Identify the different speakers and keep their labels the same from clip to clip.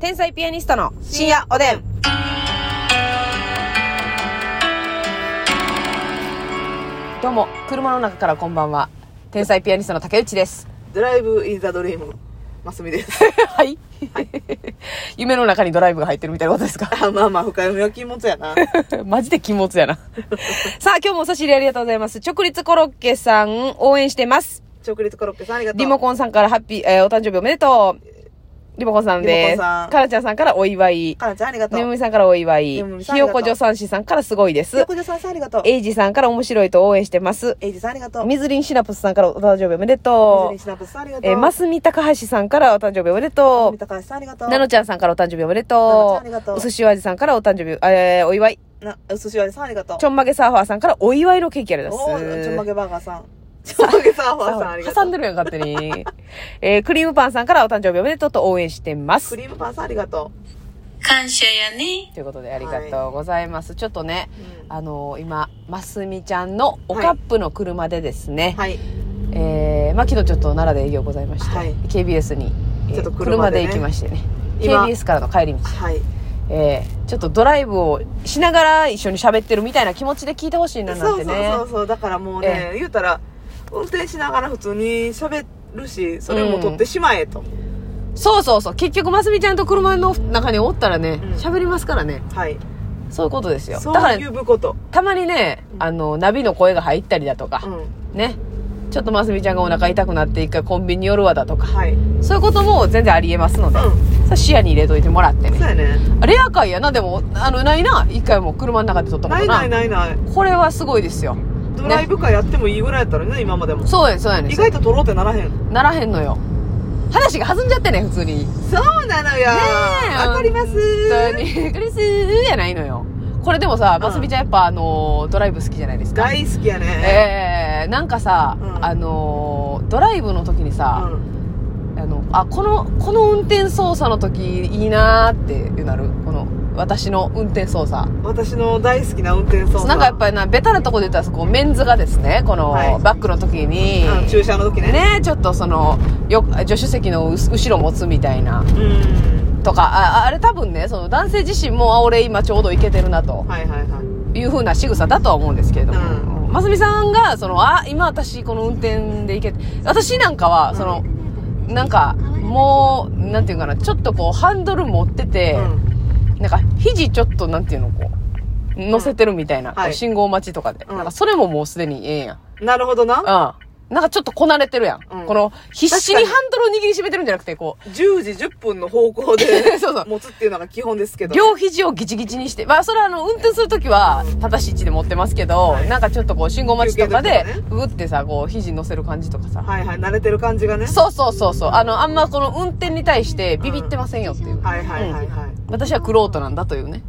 Speaker 1: 天才ピアニストの深夜おでん。どうも、車の中からこんばんは。天才ピアニストの竹内 です。
Speaker 2: ドライブインザドリーム、マス ミです。
Speaker 1: はい。夢の中にドライブが入ってるみたいなことです か
Speaker 2: あ、まあまあ、深読みは禁物や な。
Speaker 1: マジで禁物やな。 さあ、今日もお差し入れありがとうございます。直立コロッケさん、応援してます。
Speaker 2: 直立コロッケさんありがとう。
Speaker 1: リモコンさんからハッピー、えーお誕生日おめでとう。リモコンさん
Speaker 2: リモ
Speaker 1: で
Speaker 2: コ
Speaker 1: す。
Speaker 2: ンさん
Speaker 1: かなちゃんさんからお祝い。
Speaker 2: かなちゃんありがとう。
Speaker 1: ねむみさんからお祝
Speaker 2: ね
Speaker 1: い
Speaker 2: む。みさん
Speaker 1: ひよこ助産師さんからすごいです。
Speaker 2: 横女さんさんありがとう。
Speaker 1: エイジさんから面白いと応援してます。
Speaker 2: エイジさんありがとう。
Speaker 1: みずりんシナプスさんからお誕生日おめで
Speaker 2: 水
Speaker 1: と
Speaker 2: にシナプスさんありが
Speaker 1: う。
Speaker 2: とう。
Speaker 1: えー、ますみたかはしさんからお誕生日おめでと
Speaker 2: 三
Speaker 1: う。
Speaker 2: 鷹橋さんありがとう。
Speaker 1: なのちゃんさんからお誕生日おめで
Speaker 2: なのちゃん
Speaker 1: と
Speaker 2: ありが
Speaker 1: う。
Speaker 2: とう
Speaker 1: お寿司お味さんからお誕生日、えー、お祝い。
Speaker 2: な、お寿司屋さんありがとう。
Speaker 1: ちょんまげサーファーさんからお祝いのケーキありがとうご
Speaker 2: お
Speaker 1: ざいます。
Speaker 2: ーちょんまげバーガーさん。ちょんまげサーファーさんありがと
Speaker 1: 挟
Speaker 2: う。
Speaker 1: んでるやん、勝手 に。えー、クリームパンさんからお誕生日おめでとうと応援してます
Speaker 2: ク。リームパンさんありがと
Speaker 3: 感謝やね。
Speaker 1: ということでありがとうございます。ちょっとね、
Speaker 2: う。うん
Speaker 1: あのー今、ますみちゃんのおカップの車でですね、
Speaker 2: はい。
Speaker 1: えー、まあ昨日ちょっと奈良で営業ございまして、
Speaker 2: はい
Speaker 1: KBS に、えー
Speaker 2: ちょっと
Speaker 1: 車
Speaker 2: 車
Speaker 1: で
Speaker 2: でね
Speaker 1: 行きましてね、
Speaker 2: 今
Speaker 1: KBS からの帰り道、
Speaker 2: はい。
Speaker 1: えー、ちょっとドライブをしながら一緒に喋ってるみたいな気持ちで聞いてほしいななん
Speaker 2: そ
Speaker 1: て
Speaker 2: うそう
Speaker 1: ね。
Speaker 2: そうそう。だからもうね、言うたら、運転しながら普通に喋るし、それも撮ってしまえと。
Speaker 1: そうそうそう。結局、ますみちゃんと車の中におったらね
Speaker 2: うん、
Speaker 1: 喋、りますからね。
Speaker 2: はい。
Speaker 1: そういうことですよ。
Speaker 2: そ
Speaker 1: だから
Speaker 2: うい、うこと。
Speaker 1: たまにね、
Speaker 2: うん
Speaker 1: あの、ナビの声が入ったりだと
Speaker 2: う
Speaker 1: か、
Speaker 2: ん。
Speaker 1: ね。ちょっとますみちゃんがお腹痛くなって一回コンビニ寄るわだとか、
Speaker 2: はい。うん。
Speaker 1: そういうことも全然ありえますので、さ視野に入れといてもらって
Speaker 2: そう
Speaker 1: ね。
Speaker 2: やね。
Speaker 1: レア回やな、でも、あの、ないな。一回も車の中で撮ったこ
Speaker 2: な
Speaker 1: と
Speaker 2: いな。
Speaker 1: ない
Speaker 2: ないない。
Speaker 1: これはすごいですよ。
Speaker 2: ドライブ会やってもいいぐらいやったらね、今までも。
Speaker 1: そうやねん、そうやねん
Speaker 2: 意。外と取ろうってならへん。
Speaker 1: ならへんのよ。話が弾んじゃってね、普通に。
Speaker 2: そうなのよ。
Speaker 1: ねえ
Speaker 2: わかります。
Speaker 1: 本当にクリスじゃないのよこれでもさますみちゃんやっぱあのードライブ好きじゃないですか
Speaker 2: 大好きやね。
Speaker 1: ええなんかさ、
Speaker 2: うん
Speaker 1: あのードライブの時に
Speaker 2: う
Speaker 1: さ、
Speaker 2: ん。
Speaker 1: あのあこのこの運転操作の時いいなーってなるこの私の運転操作
Speaker 2: 私の大好きな運転操作。
Speaker 1: なんかやっぱりなベタなとこで言ったらこうメンズがですねこの、
Speaker 2: はい
Speaker 1: バックの時に、
Speaker 2: うん駐車の時ね。
Speaker 1: ねちょっとそのよ助手席の後後ろ持つみたいな
Speaker 2: うん。
Speaker 1: とかああれ多分ねその男性自身もあ俺今ちょうどいけてるなと
Speaker 2: はいはいはい。
Speaker 1: いうふうな仕草だとは思うんですけれども、ますみさんがそのあ今私この運転で行け私なんかはその、なんかもうなんていうかなちょっとこうハンドル持ってて、
Speaker 2: うん
Speaker 1: なんか肘ちょっとなんていうのこう乗せてるみたいな、
Speaker 2: うんはい
Speaker 1: 信号待ちとかで、
Speaker 2: うん
Speaker 1: なんかそれももうすでにええやん、
Speaker 2: なるほどな。
Speaker 1: うん、なんかちょっとこなれてるやん、
Speaker 2: うん
Speaker 1: この必死に
Speaker 2: 確かに
Speaker 1: ハンドルを握りしめてるんじゃなくてこう
Speaker 2: 10時10分の方向
Speaker 1: そう
Speaker 2: で
Speaker 1: そう
Speaker 2: 持つっていうのが基本ですけど。
Speaker 1: 両肘をギチギチにして、まあ、それはあの、運転するときは、正しい位置で持ってますけど、
Speaker 2: はい
Speaker 1: なんかちょっとこう、信号待ちとかで
Speaker 2: 休憩の時、
Speaker 1: うってさ、こう、肘乗せる感じとかさ。
Speaker 2: はいはい。慣れてる感じがね。
Speaker 1: そうそうそうそう。あの、あんまこの運転に対して、ビビってませんよっていう。
Speaker 2: はいはいはいはい。
Speaker 1: 私はクロートなんだというね。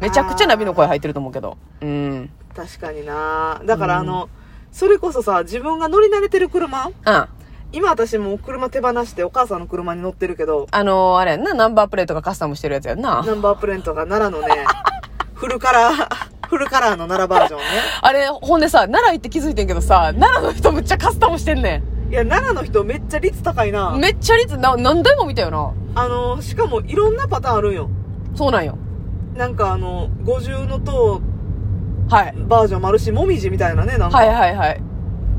Speaker 1: めちゃくちゃナビの声入ってると思うけど。うん。
Speaker 2: 確かにな。だからあの、それこそさ、自分が乗り慣れてる車
Speaker 1: うん。
Speaker 2: 今私もう車手放してお母さんの車に乗ってるけど、
Speaker 1: あのーあれやんな、ナンバープレートがカスタムしてるやつやんな。
Speaker 2: ナンバープレートが奈良 のね、フルカラー、フルカラーの奈良バージョンね。
Speaker 1: あれ、ほんでさ、奈良行って気づいてんけどさ、奈良の人むっちゃカスタムしてんね
Speaker 2: いや、奈良の人めっちゃ率高いな。
Speaker 1: ん。めっちゃ率、な、何台も見たよな。
Speaker 2: あの、しかもいろんなパターンあるんよ。
Speaker 1: そうなんよ。
Speaker 2: なんかあの、五重の塔
Speaker 1: はい。
Speaker 2: バージョンもあるし、もみじみたいなね、なん
Speaker 1: はい
Speaker 2: か、
Speaker 1: はいはい。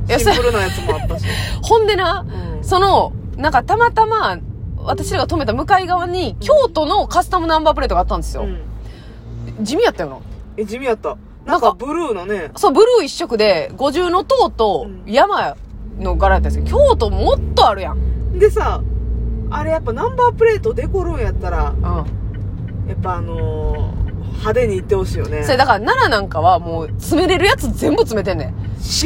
Speaker 1: いや
Speaker 2: シンプルなやつも あったし。
Speaker 1: ほんでな、
Speaker 2: うん
Speaker 1: その、なんかたまたま、私らが止めた向かい側に、京都のカスタムナンバープレートがあったんですよ。
Speaker 2: うん
Speaker 1: 地味やったよ
Speaker 2: え、地味やった。
Speaker 1: な
Speaker 2: なんん
Speaker 1: か
Speaker 2: かブルーのね
Speaker 1: な。、そう、ブルー一色で、五重の塔と
Speaker 2: うん
Speaker 1: 山の柄やったんですけど、京都もっとあるやん。うん。
Speaker 2: でさ、あれやっぱナンバープレートデコるんやったら、やっぱあのー、派手に行ってほしいよね。
Speaker 1: それだから奈良なんかはもう、詰めれるやつ全部詰めてんねん。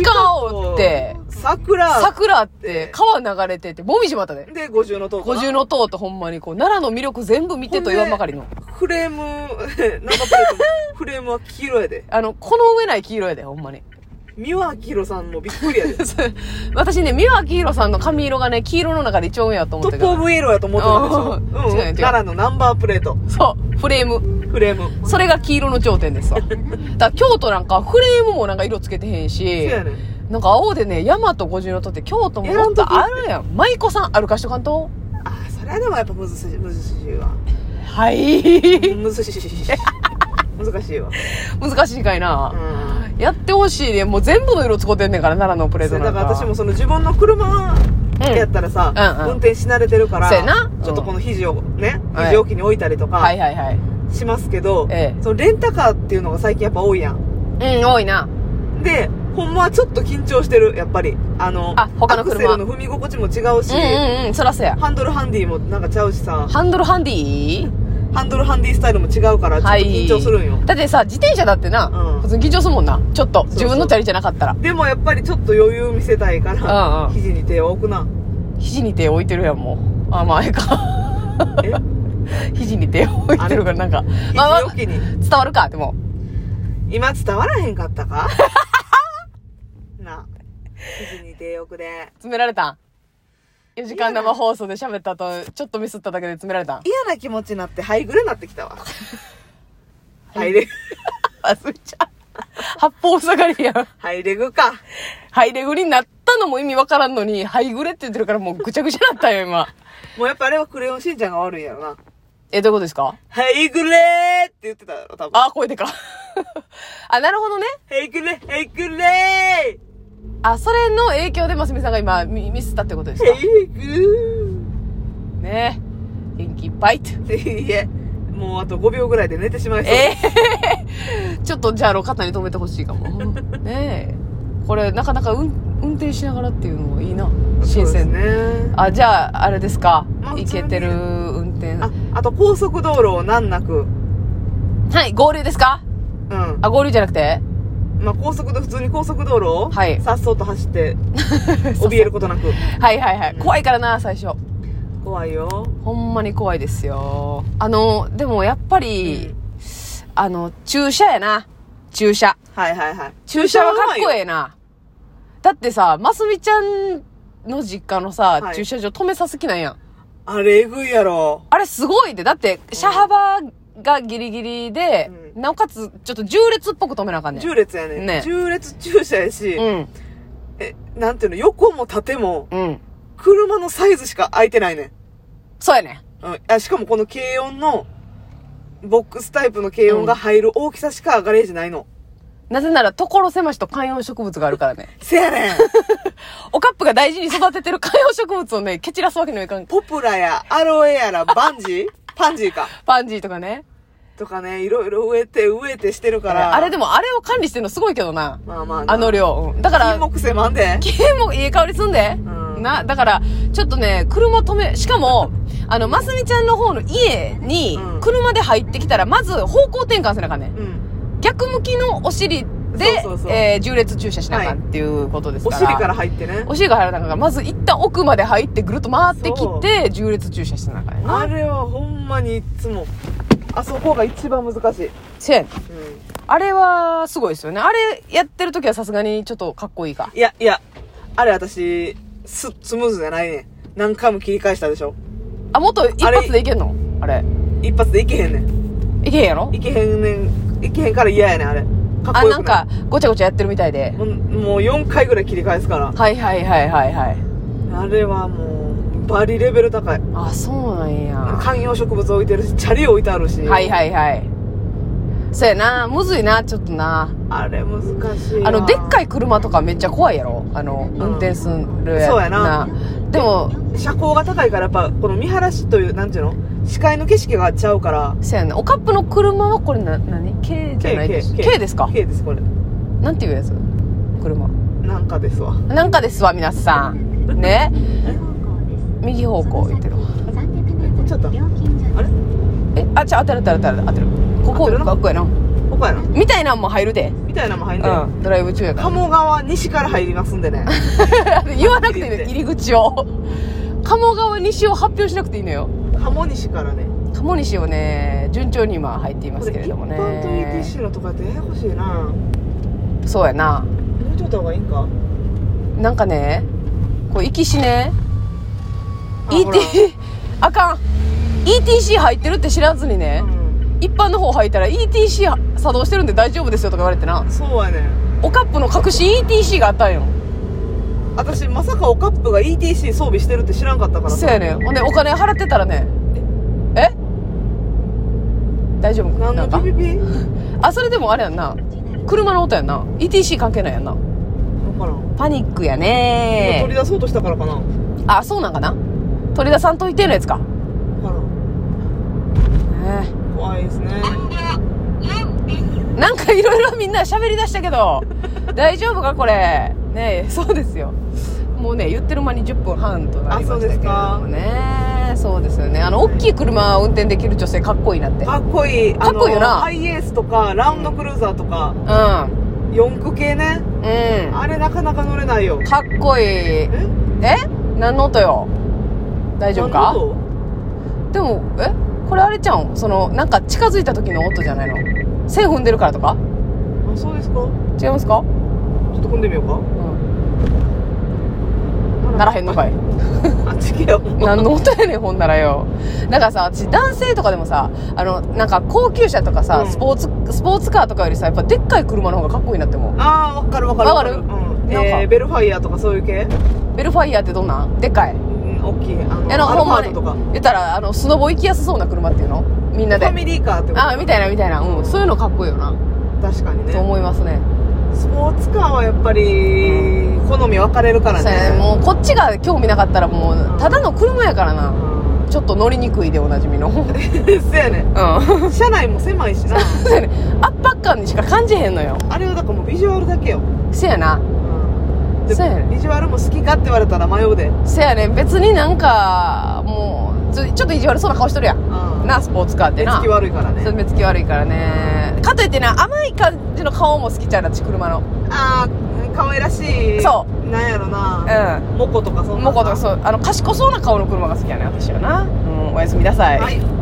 Speaker 1: 鹿を追って、
Speaker 2: 桜、
Speaker 1: 桜あって、川流れてて、もみじまたで。
Speaker 2: で、五重の塔か
Speaker 1: 五
Speaker 2: な
Speaker 1: 重の塔とほんまにこう、奈良の魅力全部見てと言わんばかりの。
Speaker 2: フレーム、 ナンバープレートのフレームは黄色やで。
Speaker 1: あの、この上ない黄色やで、ほんまに。
Speaker 2: 三輪明宏さんもびっくりやで。ト
Speaker 1: そう私ね、三輪明宏さんの髪色がね、黄色の中で一番上やと思って
Speaker 2: ップオ
Speaker 1: た。
Speaker 2: ブイエローやと思ってたで
Speaker 1: うん
Speaker 2: しょ。
Speaker 1: 違う違
Speaker 2: う。
Speaker 1: うん
Speaker 2: 奈良のナンバープレート、
Speaker 1: そう、フレーム。
Speaker 2: フレーム。
Speaker 1: それが黄色の頂点 ですわ。だから京都なんかフレームもなんか色つけてへん
Speaker 2: そう
Speaker 1: し、
Speaker 2: やねん。
Speaker 1: なんか青でね、山と五重の塔って京都ももっとあるやん。舞妓さん歩かしとかんと
Speaker 2: あー、それはでもやっぱむずし、むずしいわ。
Speaker 1: はい
Speaker 2: 難しい。難しいわ。
Speaker 1: 難しいかいうな、
Speaker 2: ん。
Speaker 1: やってほしいねもう全部の色使ってんねんから奈良のプレー
Speaker 2: そ
Speaker 1: トな
Speaker 2: うだ
Speaker 1: ん
Speaker 2: か
Speaker 1: から
Speaker 2: 私もその自分の車やったらさ、
Speaker 1: うんうんうん
Speaker 2: 運転し慣れてるから、
Speaker 1: そうやなうん
Speaker 2: ちょっとこの肘をね、
Speaker 1: はい
Speaker 2: 肘置きに置いたりと
Speaker 1: はい
Speaker 2: か
Speaker 1: はいはい
Speaker 2: しますけど、
Speaker 1: ええ
Speaker 2: そのレンタカーっていうのが最近やっぱ多いやん。
Speaker 1: うん多いな
Speaker 2: で、ほんまはちょっと緊張してる、やっぱり。あの、
Speaker 1: あ他の
Speaker 2: アクセ
Speaker 1: 車
Speaker 2: ルの踏み心地も違うし、
Speaker 1: うんうんうんそらそや
Speaker 2: ハンドルハンディもなんかちゃうしさ、
Speaker 1: ハンドルハンディ
Speaker 2: ハンドルハンディスタイルも違うから、ちょっと緊張するんよ。
Speaker 1: だってさ自転車だってな、
Speaker 2: うん
Speaker 1: 普通に緊張するもんなちょっと
Speaker 2: そう
Speaker 1: 自分のチャリじゃなかったら
Speaker 2: でもやっぱりちょっと余裕見せたいから、
Speaker 1: うんうん
Speaker 2: 肘に手を置くな。
Speaker 1: 肘に手を置いてるやんもうあまあええか
Speaker 2: え
Speaker 1: 肘に手を置いてるからなんか
Speaker 2: 肘
Speaker 1: まあま
Speaker 2: 置きに。
Speaker 1: あ伝わるかでも
Speaker 2: 今伝わらへんかったか なあ。肘に手を置くで。
Speaker 1: 詰められた4時間生放送で喋った後ちょっとミスっただけで詰められたん
Speaker 2: 嫌な気持ちになって、はいぐれになって きたわ。はいレグ、
Speaker 1: 忘れちゃう八方下がりやん
Speaker 2: はいレグか。
Speaker 1: ハイレグになったのも意味わからんのにハイグレって言ってるからもうぐちゃぐちゃだったよ今
Speaker 2: もうやっぱあれはクレヨンしんちゃんが悪いんやろな。
Speaker 1: えどういうことですか
Speaker 2: はいぐれーって言ってたやろ、多分。
Speaker 1: あ声でか あなるほどね
Speaker 2: はいぐれ、はいぐれーはい
Speaker 1: あそれの影響でますみさんが今ミミスったってことですか
Speaker 2: ぐ
Speaker 1: ねえ元気いっぱいって
Speaker 2: ー。いえ、もうあと5秒ぐらいで寝てしまいそう。
Speaker 1: ええちょっとじゃあろ肩に留めてほしいかもねえこれなかなか運運転しながらっていうのはいいな
Speaker 2: そう
Speaker 1: 新
Speaker 2: です
Speaker 1: 鮮
Speaker 2: ね。
Speaker 1: あじゃああれですか
Speaker 2: まあ
Speaker 1: いけてる運転
Speaker 2: あ、あと高速道路を難なく、
Speaker 1: はい合流ですか
Speaker 2: うん。
Speaker 1: あ合流じゃなくて
Speaker 2: まあ、高速で普通に高速道路を、
Speaker 1: はい
Speaker 2: さっそうと走 って、怯えることなく。
Speaker 1: はいはいはい怖いからな最初
Speaker 2: 怖いよ。
Speaker 1: ほんまに怖いですよあのでもやっぱり、あの駐車やな駐車
Speaker 2: はいはいはい。
Speaker 1: 注射はかっこえ
Speaker 2: え。
Speaker 1: えな。だってさ、ますみちゃんの実家のさ、
Speaker 2: はい
Speaker 1: 駐車場止めさす気なんやん。
Speaker 2: あれ、えぐいやろ。
Speaker 1: あれすごいで。だって、車幅がギリギリで、
Speaker 2: うん
Speaker 1: なおかつ、ちょっと重列っぽく止めなあかんねん。
Speaker 2: 重列やね。
Speaker 1: ね
Speaker 2: 重列駐車やし、
Speaker 1: うん。
Speaker 2: え、なんていうの、横も縦も、
Speaker 1: うん。
Speaker 2: 車のサイズしか空いてないね
Speaker 1: そうやね。
Speaker 2: ん。うん。あしかもこの軽音の、ボックスタイプの軽音が入る大きさしかガレージないの。
Speaker 1: なぜなら、所狭しと観葉植物があるから ね。
Speaker 2: せ やねん
Speaker 1: おカップが大事に育ててる観葉植物をね、蹴散らすわけにはいかん。
Speaker 2: ポプラや、アロエやら、バンジーパンジーか。
Speaker 1: パンジーとかね。
Speaker 2: とかね、いろいろ植えて、植えてしてるから。
Speaker 1: あれでも、あれを管理してるのすごいけどな。
Speaker 2: まあまあな
Speaker 1: あの量。うんだから、
Speaker 2: 金木犀まんで。
Speaker 1: 毛もいい香りすんで、
Speaker 2: うん
Speaker 1: なだからちょっとね車止めしか もあのますみちゃんの方の家に
Speaker 2: うん
Speaker 1: 車で入ってきたらまず方向転換せなあかんねん
Speaker 2: うん。
Speaker 1: 逆向きのお尻で
Speaker 2: そうそうそう
Speaker 1: えー重列駐車しなあかんっていうことです
Speaker 2: お
Speaker 1: から、
Speaker 2: 尻から入ってね。
Speaker 1: お尻が入らなあかんからまず一旦奥まで入ってぐるっと回ってき
Speaker 2: そう
Speaker 1: て重列駐車してなあかんねん
Speaker 2: あ
Speaker 1: な
Speaker 2: れはほんまにいつも。あそこが一番難しい。
Speaker 1: せやねん
Speaker 2: うん。
Speaker 1: あれはすごいですよねあれやってる時はさすがにちょっとかっこいいか
Speaker 2: いや、いや、あれ私、ススムーズじゃないねん。何回も切り返したでしょ。
Speaker 1: あもっと一発でいけんのあれ
Speaker 2: 一発でいけへんねん。
Speaker 1: いけへんやろ
Speaker 2: いけへんねん。いけへんから嫌やねん、あれ。かっ
Speaker 1: あ
Speaker 2: こ
Speaker 1: な
Speaker 2: よく
Speaker 1: ん
Speaker 2: ない
Speaker 1: かごちゃごちゃやってるみたいで
Speaker 2: もうもう4回ぐらい切り返すから。
Speaker 1: はいはいはいはいはい。
Speaker 2: あれはもう、バリレベル高い。
Speaker 1: あ、そうなんや。は
Speaker 2: 観葉植物置いてるし、チャリ置いてあるし。
Speaker 1: いはいはい。そうやな、むずいな、ちょっとな。
Speaker 2: あれ難しいわ。
Speaker 1: あの、でっか
Speaker 2: い。
Speaker 1: い車とかめっちゃ怖いやろあの、運転するやつ
Speaker 2: そうやな。
Speaker 1: でも、
Speaker 2: 車高が高いから、やっぱ、この見晴らしという、なんていうの視界の景色がちゃうから。
Speaker 1: そうやな。おカップの車はこれな、何 ?K じゃないです。
Speaker 2: K K
Speaker 1: K ですか
Speaker 2: K です、これ。
Speaker 1: なんていうやつ車。
Speaker 2: なんかですわ。
Speaker 1: なんかですわ、皆さん。ね。右方向言ってるわ。
Speaker 2: こっちだったあれ
Speaker 1: え、あ、ちゃ、当てる当てる当てる当てる。こ
Speaker 2: 当
Speaker 1: こ、
Speaker 2: てるな
Speaker 1: かっこやな。
Speaker 2: ここやな。
Speaker 1: みたいなんも入るで。
Speaker 2: みたいなのも入ん
Speaker 1: う
Speaker 2: でる。
Speaker 1: ん。ドライブ中やから。
Speaker 2: 鴨川西から入りますんでね。
Speaker 1: 言わなくていいのよ入り口を鴨川西を発表しなくていいのよ
Speaker 2: 鴨西からね。
Speaker 1: 鴨西をね順調に今入っていま
Speaker 2: こ
Speaker 1: すけ
Speaker 2: れ
Speaker 1: れ
Speaker 2: 一
Speaker 1: どもね
Speaker 2: 般と ETC のとかやってややこしいな。
Speaker 1: そうやな
Speaker 2: 抜いといた方がいいんか
Speaker 1: なんかねこう行きしね
Speaker 2: あほら
Speaker 1: ET あかん ETC 入ってるって知らずにね
Speaker 2: う、ん。
Speaker 1: 一般の方入ったら ETC 作動してるんで大丈夫ですよとか言われてな
Speaker 2: そうやねん。
Speaker 1: おカップの隠し ETC があったんよ
Speaker 2: 私、まさかおカップが ETC 装備してるって知らんかったから
Speaker 1: そ
Speaker 2: さ
Speaker 1: うやねんほんでお金払ってたらねえ大丈夫
Speaker 2: 何
Speaker 1: なん
Speaker 2: の
Speaker 1: か
Speaker 2: ピピピ分
Speaker 1: あそれでもあれやんな車の音やんな ETC 関係ないやんな
Speaker 2: からん
Speaker 1: パニックや
Speaker 2: 取り
Speaker 1: ね
Speaker 2: 出そうとしたからかな分
Speaker 1: あそうなんかな取り出さんといてのやつか
Speaker 2: からん
Speaker 1: ね
Speaker 2: 怖いですね
Speaker 1: えなんかいろいろみんな喋りだしたけど 大丈夫かこれねえそうですよもうね言ってる間に10分半となりましたけれどもねそうですよねあの大きい車を運転できる女性かっこいいなって
Speaker 2: かっこいい
Speaker 1: かっこいいよな
Speaker 2: あのハイエースとかラウンドクルーザーとか
Speaker 1: う
Speaker 2: 四駆系ね
Speaker 1: んうん
Speaker 2: あれなかなか乗れないよ
Speaker 1: かっこいいえ
Speaker 2: え
Speaker 1: 何の音よ大丈夫か
Speaker 2: 何の音
Speaker 1: でもえこれあれちゃうんそのなんか近づいた時の音じゃないの線踏んでるからとか
Speaker 2: あそうですかちょ
Speaker 1: 違いますか、
Speaker 2: っと踏んでみようか
Speaker 1: うん、ならへんのか い
Speaker 2: あっちけよほんま
Speaker 1: 何の音やねんほんならよだからさ私男性とかでもさあのなんか高級車とかさ、
Speaker 2: うん
Speaker 1: スポーツスポーツカーとかよりさやっぱでっかい車の方がかっこいいなって思
Speaker 2: ああわかるわかる
Speaker 1: わかる
Speaker 2: うん
Speaker 1: なんか
Speaker 2: えーベルファイアとかそういう系
Speaker 1: うベルファイヤーってどんなんでっかい
Speaker 2: うん大きいあ
Speaker 1: いやなん
Speaker 2: の
Speaker 1: か
Speaker 2: アル
Speaker 1: ほん
Speaker 2: フ
Speaker 1: ま
Speaker 2: ァ
Speaker 1: に
Speaker 2: ードとかフ
Speaker 1: 言ったらあのスノボ行きやすそうな車っていうのみんなで
Speaker 2: ァミリーカーってこと
Speaker 1: あみたいなみたいなうんそういうのかっこいいよな、
Speaker 2: 確かに
Speaker 1: と
Speaker 2: ね
Speaker 1: 思いますね
Speaker 2: スポーツカーはやっぱり好み分かれるから
Speaker 1: そうやね
Speaker 2: ね
Speaker 1: もうこっちが興味なかったらも
Speaker 2: う
Speaker 1: うんただの車やからなちょっと乗りにくいでおなじみのうん
Speaker 2: うん そうやね
Speaker 1: そう
Speaker 2: 車内も狭 いしな
Speaker 1: やね圧迫感にしか感じへんのよ
Speaker 2: あれはだからもうビジュアルだけよ
Speaker 1: せやな
Speaker 2: で
Speaker 1: そうやね
Speaker 2: ビジュアルも好きかって言われたら迷うで
Speaker 1: せやね別になんかもうちょちょっと意地悪そうな顔しとるやん
Speaker 2: な
Speaker 1: なスポーツカーって
Speaker 2: 手
Speaker 1: な
Speaker 2: つき悪いからね
Speaker 1: そう目つき悪いからねかといってな甘い感じの顔も好きちゃうな私車の
Speaker 2: ああ可愛らしい
Speaker 1: そう
Speaker 2: なんやろな
Speaker 1: う
Speaker 2: モコとかそん
Speaker 1: んも
Speaker 2: な
Speaker 1: うことか
Speaker 2: う
Speaker 1: そうあの賢そうな顔の車が好きやね私はな、うん、おやすみなさ
Speaker 2: はい